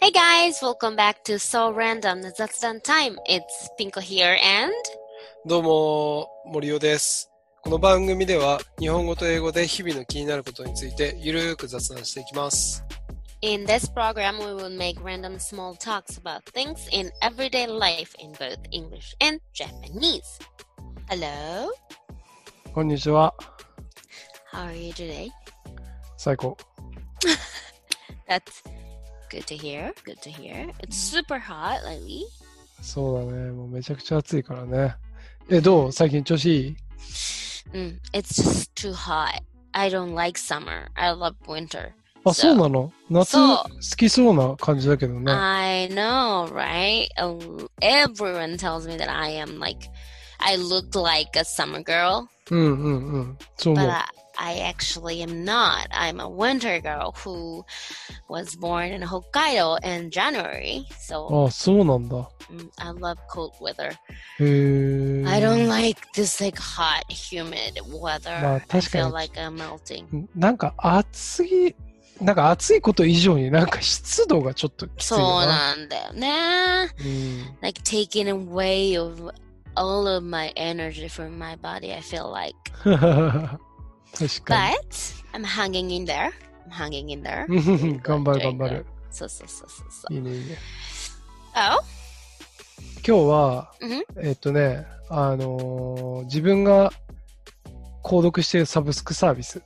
Hey guys, welcome back to So Random 雑談 Time. It's Pinko here and どうも、森尾です。この番組では日本語と英語で日々の気になることについてゆるーく雑談していきます。 in this program we will make random small talks about things in everyday life in both English and Japanese. Hello, こんにちは。 how are you today? 最高。 That's good to hear. Good to hear. It's super hot lately. そうだね。もうめちゃくちゃ暑いからね。え、どう最近調子いい Mm, it's just too hot. I don't like summer. I love winter. あ、そそううなの夏そう好きそうな感じだけどね。 I know, right? Oh, Everyone tells me that I am like, I look like a summer girl, うんうんうん。そう思 but う。 I, I actually am not. I'm a winter girl who was born in Hokkaido in January, so あ、そうなんだ。 mm, I love cold weather. へえ。 I don't like this like hot, humid weather. まあ I 確 feel か like I'm melting. に、なんか暑い、なんか暑いこと以上になんか湿度がちょっときついよな。そうなんだよね。うん。 like taking away of all of my energy from my body i feel like 確かに。 but i'm hanging in there i'm hanging in there うんうんうん頑張るドリン頑ク張る。 so so so so so いいねいいね。 oh 今日は、うんえっとね、あのー自分が購読しているサブスクサービス、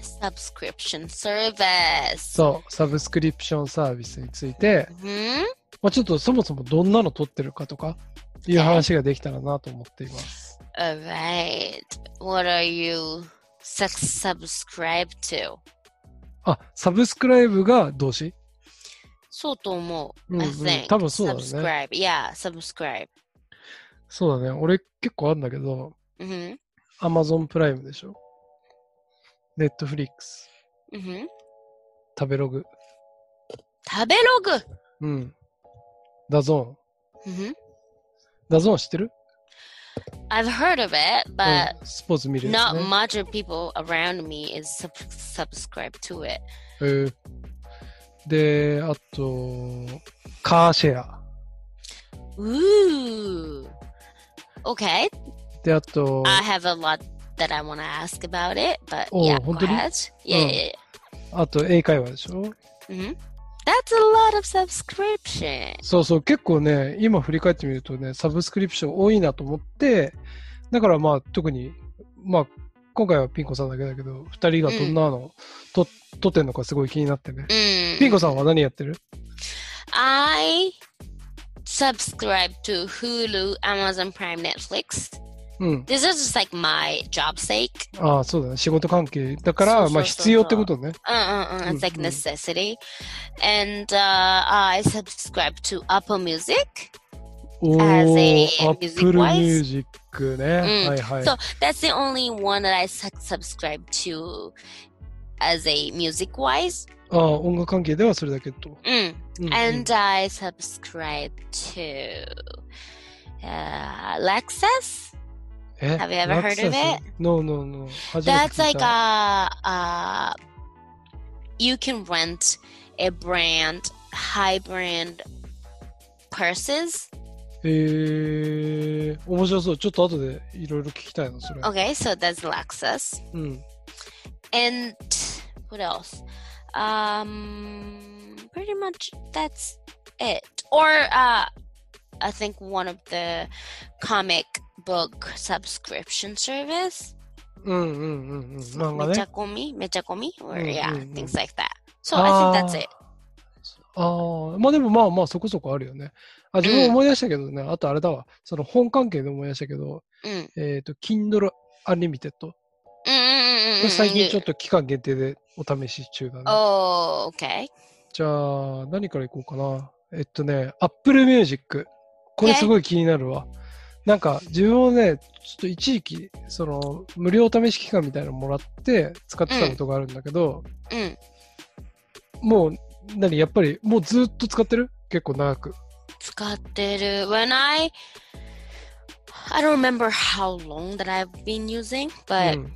subscription service そう、サブスクリプションサービスについて、 hmm まあ、ちょっとそもそもどんなの取ってるかとかいう話ができたらなと思っています。 all right what are you sub- subscribed to あ、サブスクライブが動詞そうと思う、うんうん I think 多分そうだね。 subscribe yeah subscribe そうだね。俺結構あるんだけど、 mm-hmm. Amazon プライムでしょ。Netflix、 Mm-hmm. 食べログ、食べログうん。ダゾーン。 mm-hmm. ダゾーン知ってる i've heard of it う but ん、スポーツ見るやつ not ね。 much of people around me is sub- subscribed to it. えーで、あと、カーシェア。 Ooh. Okay. で、あと、 I have a lot that I want to ask about it, but Oh, yeah, go 本当に？ ahead. Yeah, うん。 yeah, yeah. あと英会話でしょ hmm That's a lot of subscription. そうそう、結構ね、今振り返ってみるとね、サブスクリプション多いなと思って、だからまあ、特に、まあ、今回はピンコさんだけだけど、二人がどんなの、と撮ってんのかすごい気になってね。 Mm. ピンコさんは何やってる I subscribe to Hulu, Amazon Prime, Netflix. うん。 This is just like my job sake. ああ、そうだね。仕事関係。だから、そうそうそうそうまあ、必要ってことね。 Uh, uh, uh, it's like Mhm. necessity. And uh, I subscribe to Apple Music. あそおうー、アッ music プルミ wise ュージックね。はいはい。 So that's the only one that I su- subscribe to as a music wise. ああ、音楽関係ではそれだけと。 Mm. うんうん And I subscribe to uh, Lexus. Eh, Have you ever heard of Lexus? No, no, no. 初めて聞いた That's like a, uh, you can rent a brand, high brand purses. えー、面白そう。ちょっと後でいろいろ聞きたいの、それ。 Okay, so that's Lexus. うん。 and what else? Um, pretty much that's it. Or uh, I think one of the comic book subscription service, うんうんうんうん。漫画ね。 Mechakomi, Mechakomi, or Mm, yeah, mm, mm. things like that. So I think that's it. ああ、まあでもまあまあそこそこあるよね。あ、自分思い出したけどね、あとあれだわ。その本関係で思い出したけど、 Mm. えっ、と、Kindle Unlimited。こ Mm, mm, mm, れ mm, 最 mm, 近ちょ you- っと期間限定でお試し中だね。 Oh, okay. じゃあ、何からいこうかな。えっとね、Apple Music。これすごい気になるわ。なんか、自分もね、ちょっと一時期、その、無料試し期間みたいなのもらって使ってたことがあるんだけど、 Mm. もう、何、やっぱり、もうずっと使ってる結構長く。使ってる. uh, When I, I don't remember how long that I've been using, but うん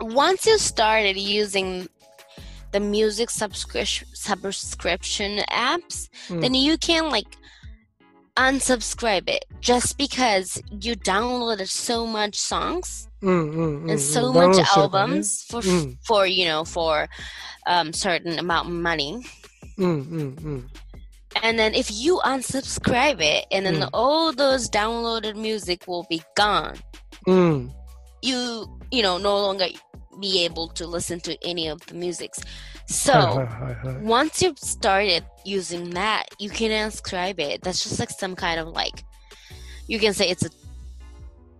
once you started using the music subscription subscription apps, うん then you can like unsubscribe it just because you downloaded so much songs うんうんうんうん and so ダウ much ンロードしちゃうからね albums for Mm. for you know for um certain amount of money うんうん and then if you unsubscribe it and then Mm. all those downloaded music will be gone うんうん。 you you know no longer be able to listen to any of the musics はい so はいはいはい。 once you've started using that you can unsubscribe it that's just like some kind of like you can say it's a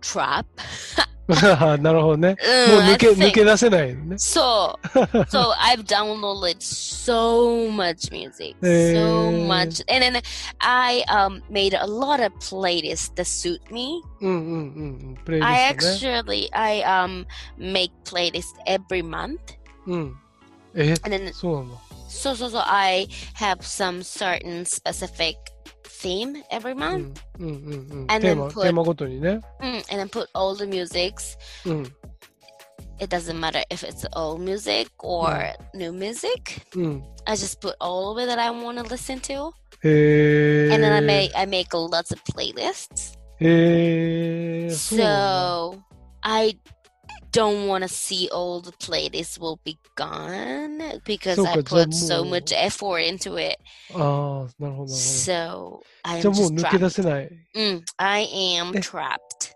trap なるほどね。も Mm, う抜け I 抜 think. け出せないのね。 So, so I've downloaded so much music, so Eh. much, and then I um made a lot of playlists that suit me. うんうんうんうん。プレイ I リストね。 actually I um make playlists every month, うん。え、 and then そうなんだ。 so so so I have some certain specific theme every うん month, うんうんうん。And テー then マ put- テーマごとにね。 Mm, and then put all the musics. うん。 It doesn't matter if it's old music or Mm. new music. うん。 I just put all of it that I want to listen to. へえ。 and then I make I make lots of playlists. へえ。そうなんだ So I don't want to see all the playlists will be gone because So, I but put the so more- much effort into it. ああ、なるほどなるほど。じ So I ゃ am あもう just 抜け trapped. 出せない。 Mm, I am Eh. trapped.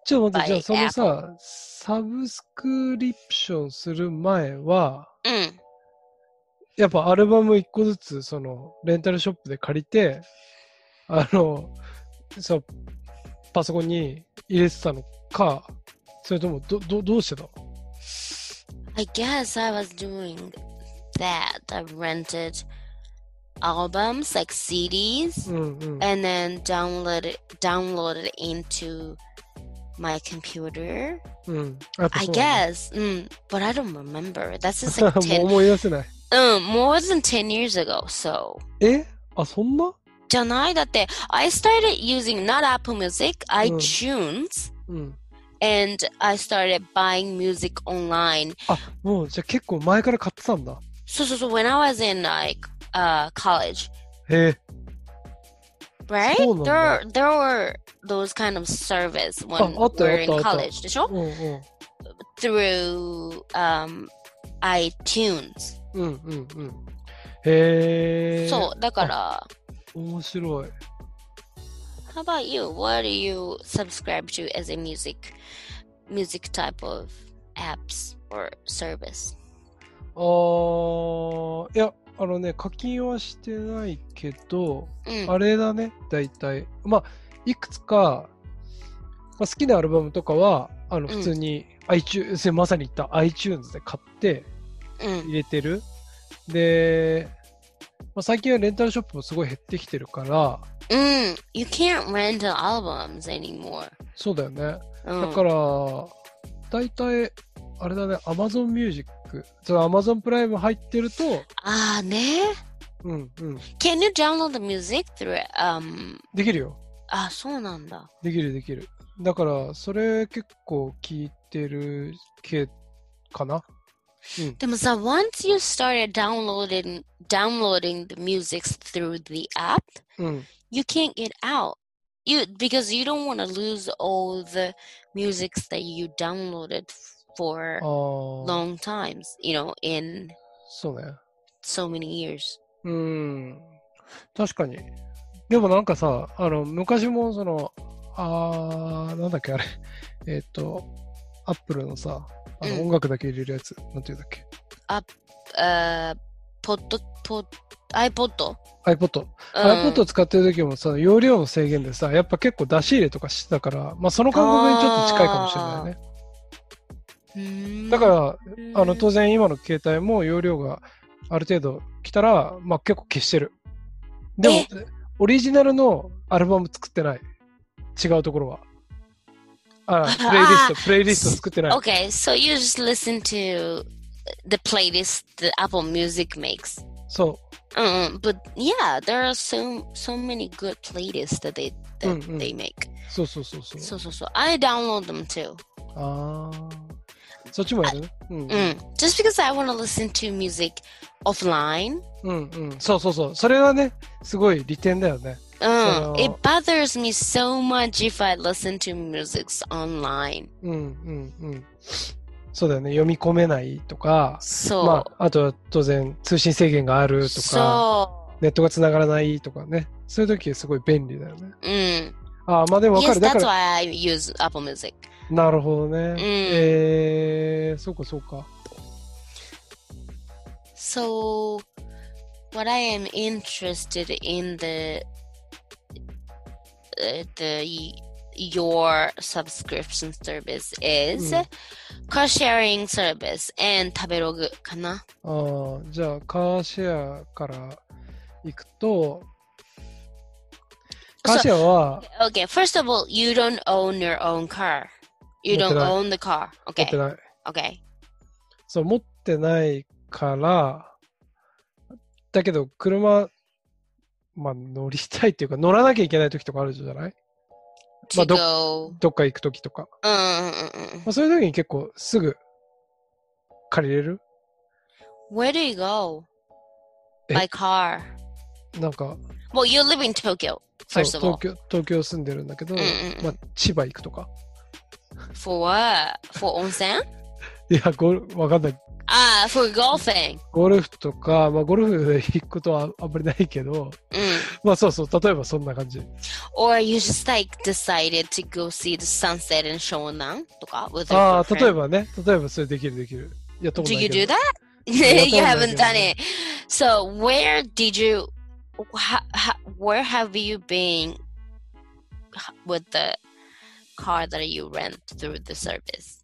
ちょっと待っ By て、じゃあそのさ、サブスクリプションする前は、 Mm. やっぱアルバム一個ずつ、その、レンタルショップで借りて、あの、そう、パソコンに入れてたのか、それとも、ど、ど、どうしてたの I guess I was doing that. I rented albums like CDs うんうん。 and then downloaded downloaded into my computer. うん。やっぱ I そうなん guess, mm, but I don't remember. That's just だ like ten, もう思い出せない。 um, more than ten years ago. So, えあ、そんなじゃないだって I started using not Apple Music, iTunes, うん。 and I started buying music online. もう、じゃあ結構前から買ってたんだ。 So, so, so when I was in like uh college, へ right? そうなんだ。 There, there were those kind of service when あ、あったよ、 we we're in あった、あった。 college, え。うんうん。でしょ？Through um iTunes. うんうんうん。へえ。そうだから。う。面白い。 How about you? What do you subscribe to as a music music type of apps or service? あー、いや、あのね、課金はしてないけど、うん。あれだね、大体。まあ、いくつか、まあ、好きなアルバムとかは、あの、うん普通に iTunes、まさに言った iTunes で買ってうん。入れてる。で、まあ、最近はレンタルショップもすごい減ってきてるから、うん。You mm. can't rent albums anymore. Mm. そうだよね。うん。だから、大体、あれだね、Amazon Music、その Amazon プライム入ってると、ああね。うんうん、Ah, Can you download the music through um ah, できるよ。あ、そうなんだ。できるできる。だから、それ結構聞いてる系かな。でもさ、once you started downloading downloading the music through the app, うん。 you can't get out. You because you don't want to lose all the musics that you downloaded for ああ、 long times, you know, in そうね。 so many years. うん。確かに。でもなんかさ、あの、昔もその、あー、なんだっけ、あれ。えっ、と、アップルのさ、あうんの音楽だけ入れるやつ、なんていうんだっけ。 Uh, pod, pod, iPod. iPod。うん iPod 使ってる時もさ、容量の制限でさ、やっぱ結構出し入れとかしてたから、まあその感覚にちょっと近いかもしれないね。うんだから、うんあの当然今の携帯も容量がある程度来たら、まあ、結構消してる。でもえ、オリジナルのアルバム作ってない。違うところは。ああ、プレイリスト、プレイリスト作ってない。Mm. Okay, so you just listen to the playlist that Apple Music makes. そ Um, but yeah, there are so so many good playlists that they that Mm, mm. they make. う、そうそうそうそう。 So so so I download them too. ああ。そっちもやるうん Mm. Just because I want to listen to music offline, うんうん。そうそうそう。それはね、すごい利点だよね。 um, So- it bothers me so much if I listen to music online. うんうんうん。そうだよね。読み込めないとか、 So, まあ、あとは当然通信制限があるとか、 so, ネットが繋がらないとかね。そういう時すごい便利だよね。 mm. ああ、まあでもわか yes, る。だか that's ら、 why I use Apple Music. なるほどね。んえー、そうかそうか。 So, what I am interested in the uh, the your subscription service is Mm. car sharing service and 食べログかな。ああ、じゃあカーシェアから行くと、カーシェアは Okay, first of all, you don't own your own car. You don't 持ってない。 own the car. 持って Okay. ない。 Okay. そう、持ってないから、だけど車、まあ乗りたいっていうか乗らなきゃいけない時とかあるじゃない To まあ、ど- go. uh, どっか行く時とか。うんうんうんうんまあ、そういう時に結構すぐ借りれる Where do you go? え By car. なんか、 Well, you live in Tokyo, そう first of all. 東京、東京住んでるんだけど、うんうんうんまあ千葉行くとか。 For what? For 温泉いや、ゴルわかんない。 Ah, for golfing. ゴルフとか、まあゴルフで行くことはあんまりないけど、 Mm. まあそうそう、例えばそんな感じ。 Or you just like decided to go see the sunset in Shonan とか with your ああ、 girlfriend. 例えばね、例えばそれできるできる。やったこと Do ないけ you ど。 do that? Yeah, you haven't done totally. it. So where did you? Ha, ha, where have you been h- with the car that you rent through the service?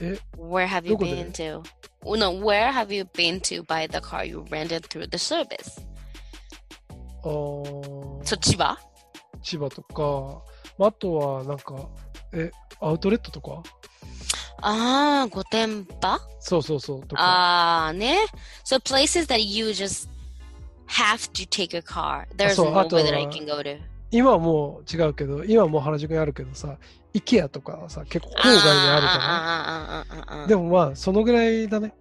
Eh, Where have you どこで？ been to? Oh, No, where have you been to buy the car you rented through the service? あー So Chiba. 千葉とか、まあ、あとはなんか、え、アウトレットとか Ah, Gotemba. そうそうそう、とか。 Ah, ne. So places that you just have to take a car. There's そう、 no あとは way that I can go to. 今はもう違うけど、今はもう原宿にあるけどさ、IKEA とかさ、結構郊外にあるじゃあーあーあーあーあーあなーいでもまあ、そのぐらいだね。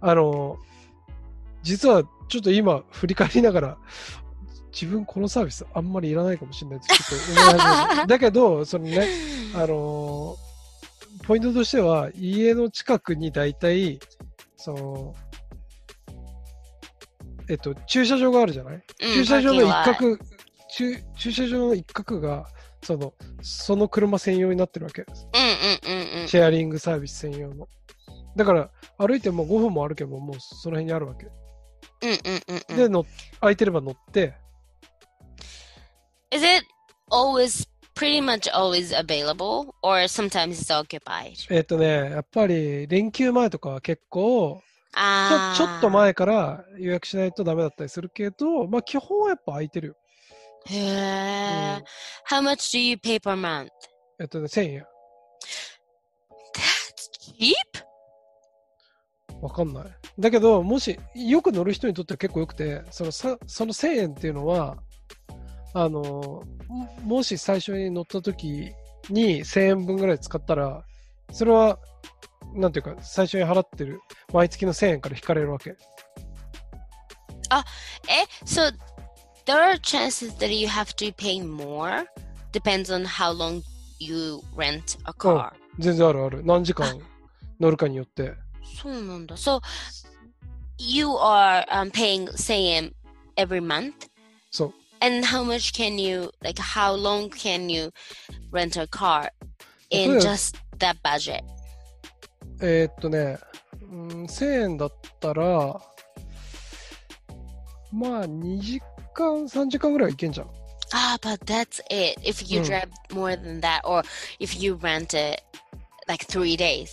あの、実はちょっと今、振り返りながら、自分このサービスあんまりいらないかもしれないってちょっと思い始めただけど、そのね、あのーポイントとしては、家の近くに大体、その、えっと、駐車場があるじゃない、うん駐車場の一パーキング角、駐駐車場の一角が、その、その車専用になってるわけです。はうんうんうんうんシェアリングサービス専用の。だから、歩いても5分も歩けば、もうその辺にあるわけ。うんうんうんうで、ん。の空いてれば乗って、 Is it always pretty much always available or sometimes it's occupied? えっとね、やっぱり連休前とかは結構、ちょああ。ちょっと。前から予約しないとダメだったりするけど、まあ基本はやっぱ空いてるよ。へえう How ん。much do you pay per month? えっとね、1000円。 That's cheap? わかんない。だけど、もし、よく乗る人にとっては結構よくて、そのさその1000円っていうのは、あの、ももし最初に乗った時に1000円分ぐらい使ったら、それは、なんていうか、最初に払ってる、毎月の1000円から引かれるわけ。 Eh, so there are chances that you have to pay more depends on how long you rent a car. 全然あるある。何時間乗るかによって。そうなんだ。So you are um, paying 1000 yen every month. そう。 And how much can you like how long can you rent a car 例え in ば just that budget? えーっとね、うん、1000円だったら、まあ2時間、3時間ぐらいはいけんじゃん。 Ah, but that's it. If you うん。 drive more than that or if you rent it like 3 days.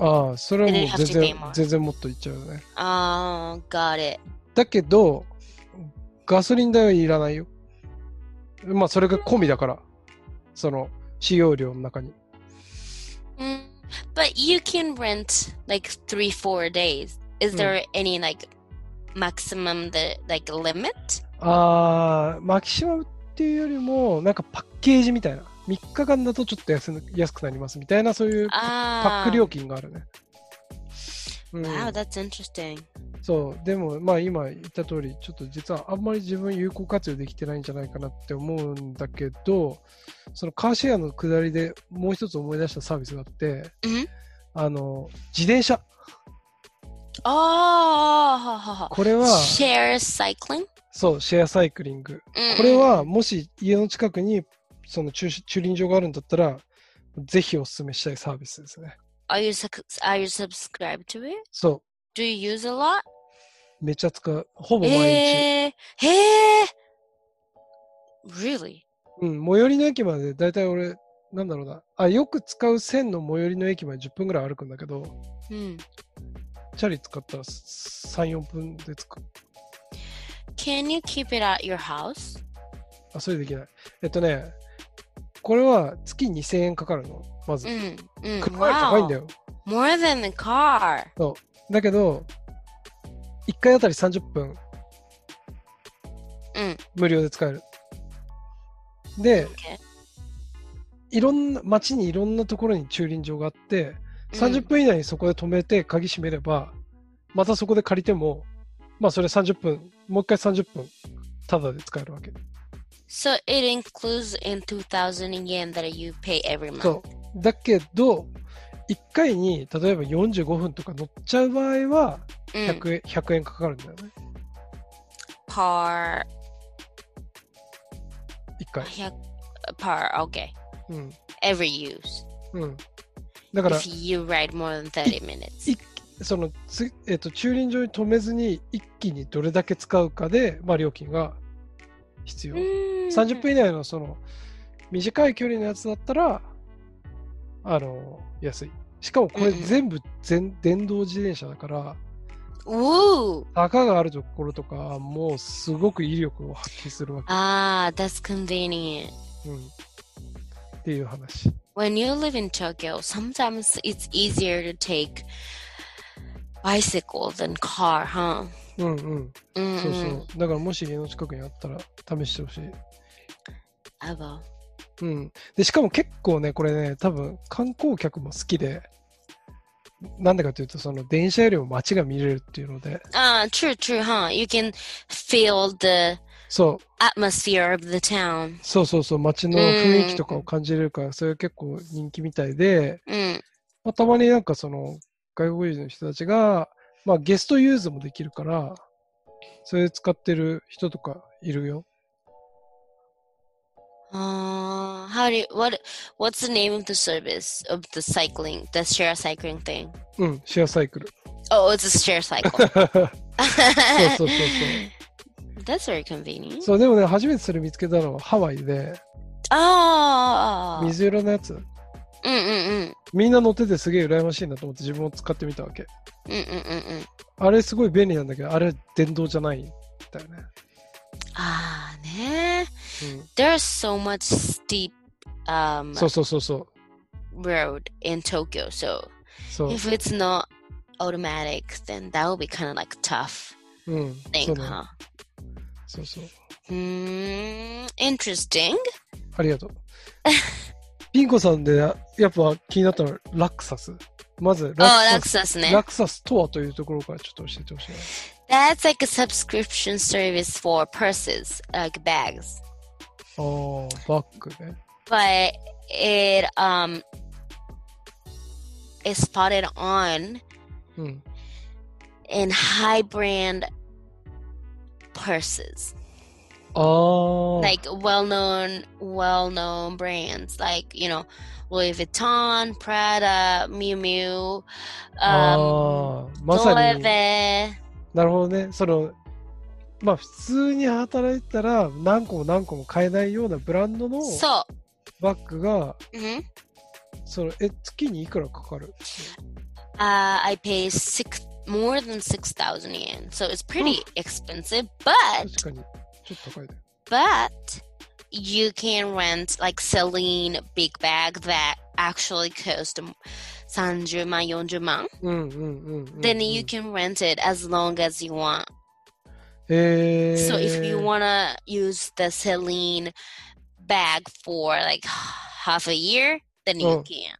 ああ、それはもう Then you have to pay 全然 more.、全然もっといっちゃうよね。 Oh, got it. だけど、ガソリン代はいらないよ。まあそれが込みだから、その使用量の中に。 Mm, but you can rent like three, four days. Is Mm. there any like maximum the like limit? ああ、マキシマムっていうよりも、なんかパッケージみたいな。 3日間だとちょっと安ぬ安くなりますみたいな、そういうパック料金があるね。うん、Ah. Wow, that's interesting. そう、でも、まあ今言った通り、ちょっと実はあんまり自分有効活用できてないんじゃないかなって思うんだけど、そのカーシェアの下りでもう一つ思い出したサービスがあって、うんあの、自転車。あこれは、あ、シェアサイクリングそう、シェアサイクリング。これ、は、もし家の近くに、その駐車駐輪場があるんだったら、ぜひお勧めしたいサービスですね。 Are you, sub- are you subscribed to it? そ Do you use a lot? Eh. う、めっちゃ使う。ほぼ毎日。えー、へえ Really? うん、最寄りの駅まで、だいたい俺、なんだろうな。あ、よく使う線の最寄りの駅まで10分ぐらい歩くんだけど、うん。チャリ使ったら3、4分で着く。 Can you keep it at your house? あ、それできない。えっとね、これは月2000円かかるの、まずう。ん。うん。車より高いんだ Wow. よ。 More than the car. だけど、1回あたり30分うん。無料で使える。で、いろんな、街にいろんなところに駐輪場があって、30分以内にそこで止めて鍵閉めれば、またそこで借りても、まあそれ30分、もう一回30分、タダで使えるわけ。 So it includes in 2000 yen that you pay every month. そう。だけど、1回に例えば45分とか乗っちゃう場合はうん 100, 円100円かかるんだよね。 par 1回。 100 par okay うん。 every use うん。だから if、you ride more than 30 minutes いそのつ、えっと駐輪場に止めずに一気にどれだけ使うかで、まあ、料金が必要。30 30分以内のその短い距離のやつだったら、あの、安い。しかもこれうんうん全部全電動自転車だから、 Woo! 坂があるところとか、もうすごく威力を発揮するわけ。 Ah, that's convenient. うん。っていう話。 When you live in Tokyo, sometimes it's easier to take bicycle than car, huh? うんうん。 Mm, そうそ mm. う。だからもし家の近くにあったら試してほしい。 I will. うん。で、しかも結構ね、これね、多分観光客も好きで、なんでかというと、その電車よりも街が見れるっていうので、 Ah, true, true, huh? You can feel the そう、 atmosphere of the town. そうそうそう、街の雰囲気とかを感じれるから、それ結構人気みたいで、 Mm. まあ、たまになんかその外国人の人たちが、まあゲストユーズもできるから、それ使ってる人とかいるよ。 Uh, how do you, what what's the name of the service of the cycling the share cycling thing うん、シェアサイクル。 oh it's a share cycle そうそうそうそ that's very convenient う。そう、でもね、初めてそれ見つけたのはハワイで、ああ水色のやつ。うんうんみんな乗っててすげえ羨ましいなと思って自分も使ってみたわけ。うんうんうんうんうんあれすごい便利なんだけど、あれ電動じゃないんだよね。ああねうん there's so much steep um そうそうそうそう。 road in Tokyo so そう。 if it's not automatic then that would be kind of like tough うん。そ thing うだよ huh そうそう。 mm, interesting ありがとう。ピンコさんでややっぱ気になったのはラクサス。まず oh ラクサス。 Lexus ねラクサスとはというところからちょっと教えてほしいな。 That's like a subscription service for purses, like bags. あー、バッグね。 But it um is spotted on うん。 in high brand purses. あー。 Like well known well known brands like, you know, Louis Vuitton, Prada, Miu Miu, あ um ー。まさに。 Loewe. なるほどね。その、まあ普通に働いたら何個も何個も買えないようなブランドの So バッグが、 mhm. その、え、月にいくらかかる Uh, I pay six more than six thousand yen, so it's pretty expensive. But 確かに、ちょっと高いね。 but you can rent like Celine big bag that actually cost sanju man うんうんうんうんうん。 Then you can rent it as long as you want. えー、 So if you wanna use the Celine bag for like half a year, then you うん can.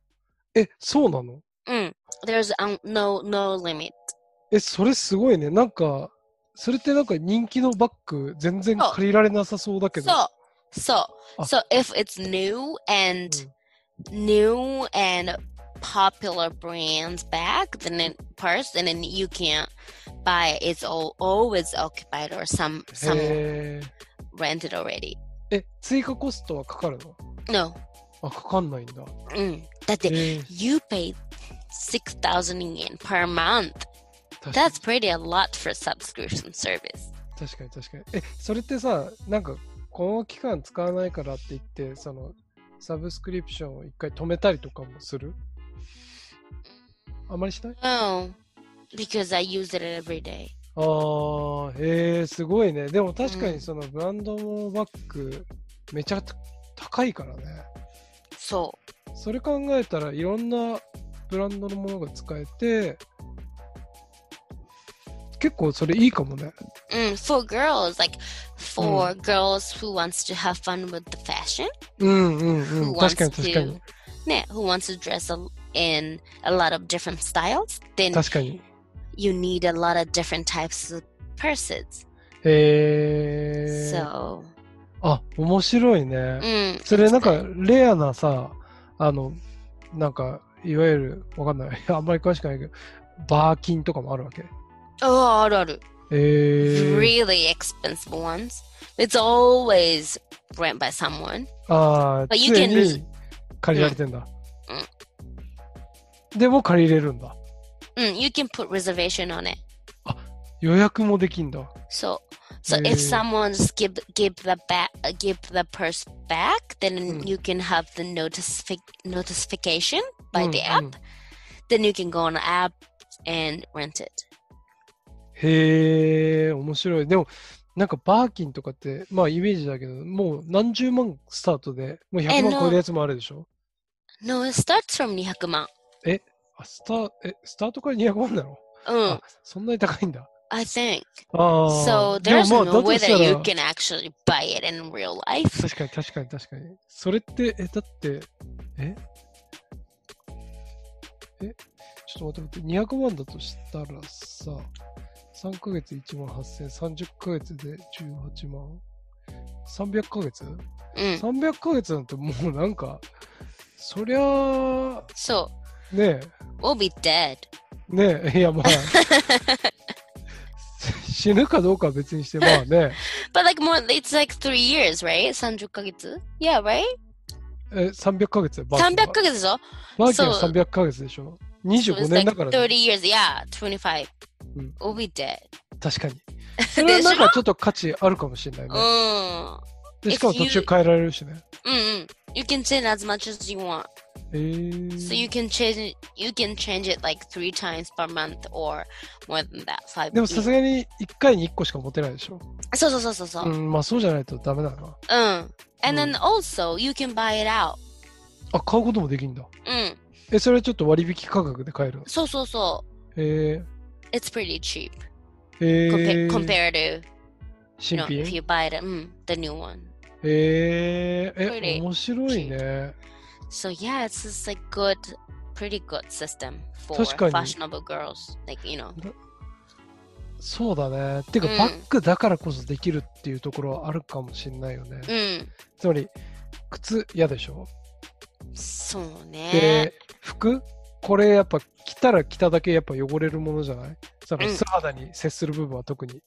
え、そうなのうん。There's um, no no limit. え、それすごいね。なんか、それってなんか人気のバッグ全然そう借りられなさそうだけど。 So so あ so if it's new and new and popular brands back, then it purse, and then you can buy. It's all always occupied or some うん some へー rented already. え、追加コストはかかるの No. あ、かかんないんだ。うん。だって、えー you pay 6,000 yen per month. 確かに That's pretty a lot for subscription service. 確かに確かに。え、それってさ、なんか、この期間使わないからって言って、その、サブスクリプションを一回止めたりとかもするあまりしない Oh, because I use it every day. あー、えー、すごいね。でも確かうんにそのブランドのバッグ、めちゃ高いからね。そそれ考えたらいろんなブランドのものが使えて、結構それいいかもね。う。うん、for Mm, girls, like for girls who wants to have fun with the fashion, うんうんう who ん。確か wants に確かに to,。ね、who wants to dress a- in a lot of different styles, then 確かに。 you need a lot of different types of purses. へー。 So, mm, あ、面白いね。うん、それなんか、レアなさ、あの、なんか、いわゆる、わかんない。 あんまり詳しくないけど、バーキンとかもあるわけ。ああるある。えー。 really expensive ones. It's always rent by someone. ああ、 But you 常 can- に借りられてんだ。でも借りれるんだ。 Mm, you can put reservation on it. 予約もできんだ。 So, so Yeah. if someone's give give the back uh, give the purse back, then Mm. you can have the notifi- notification by うん the う app. ん Then you can go on the app and rent it. へえ、面白い。でも、なんかバーキンとかって、まあイメージだけど、もう何十万スタートで、もう100万超えるやつもあるでしょ No, it starts from 200万。あ、スター、え、スタートから200万なのうんあ、そんなに高いんだ。Oh, I think. ああ。 So でも there's まあ Oh. no だと way し that た you ら can actually buy it in real life. 確かに確かに確かに。それって、え、だって、ええ、ちょっと待って待って、200万だとしたらさ、3ヶ月1万8000、30ヶ月で18万 ?300 ヶ月うん。 ?300 ヶ月なんてもうなんか、そりゃあ、 So ね we'll be dead. え、ねえ、いやまあ、 死ぬかどうかは別にして、まあね、 But like more, it's like three years, right? 30ヶ月 Yeah, right? え、300ヶ月だよバーキンは300ヶ月でしょマーキーはそう300ヶ月でしょ So ?25 it's 年 like だから、 30 years, Mm. yeah, 25. うん We'll be dead. 確 かに。それはなんかちょっと価値あるかもしれないうん。うね。でしかも If you- 途中変えられるしね。んうん。You mm, can change as much as you want. え So ー you、can change it, you can change it like three times per month or more than that, five でもさす years. がに1回に1個しか持てないでしょ。そうそうそうそうそうう。ん、まあそうじゃないとダメだな。うん。And Mm. then also, you can buy it out. Mm. あ、買うこともできるんだ。うん。え、それはちょっと割引価格で買えるのそうそうそう。え It's pretty cheap. ー、え Compa- ー、 compared to, you 新 know, 品 if you buy the, うん the new one. えこー、れえ、面白いね。 So yeah, it's just like good, pretty good system for 確かに。 fashionable girls. Like you know, そうだね。てか、うんバッグだからこそできるっていうところはあるかもしれないよね。うん、つまり、靴嫌でしょそうね。で、服これやっぱ着たら着ただけやっぱ汚れるものじゃないだかうらん素肌に接する部分は特に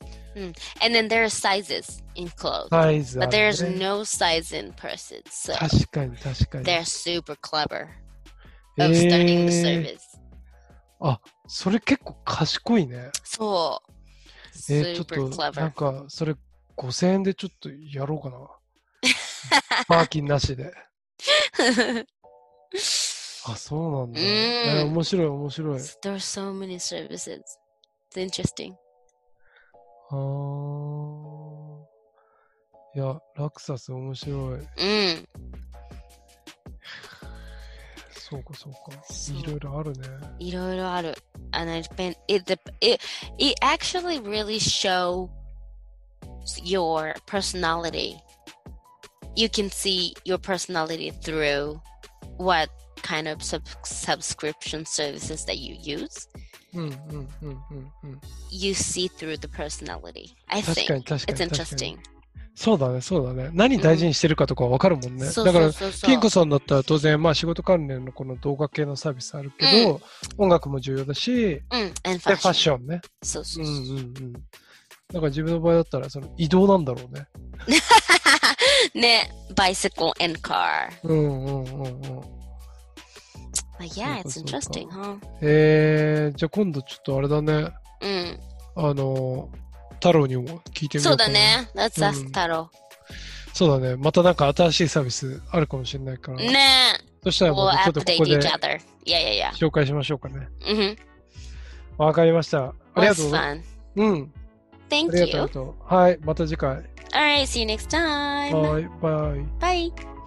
And then there are sizes in clothes, サイズあ but るね there's no size in purses. So 確かに確かに。 they're super clever え of starting the ー service. それ結構賢いね。そう。えーちょっ super となん clever. かそれ5000円でちょっとやろう かな。バーキンなしで。 あ、そうなんだ。うんえー面白い面白い。 there are so many services. It's interesting. あーいや、ラクサス面白うい。ん。そうかそうか。そういろいろあるね。いろいろある。And it depend it dep- it it actually really show your personality. You can see your personality through what kind of sub- subscription services that you use, うんうんうんうんうん you see through the personality. I 確 think かに確かに it's 確かに interesting. そうだねそうだね何大事にしてるかとかわかるもんね、そうだからそうそうピンコさんだったら当然、まあ、仕事関連のこの動画系のサービスあるけど、音楽も重要だし、でうん、and Mm, ファッ fashion. ションね。そうそうんううそう。んうん。だから自分の場合だったらその移動なんだろうね。 ね、bicycle and car. うんうんうんうん。 But yeah, そうか it's そうか interesting, huh? えー、じゃあ今度ちょっとあれだね。うん。あの、太郎にも聞いてみよそううかだ。な。ね。Let's う ask ん太郎。そうだね。またなんか新しいサービスあるかもしれないから。ね。そしたらも We'll うちょっとここ update で each other. Yeah, yeah, 紹介しましょうかね。 yeah. Mm-hmm. わかりました。ありがと Was う。 fun. うん。あ Thank りがとうあり you. がとう。はい。また次回。 All right, see you next time. はい。バイ。 Bye.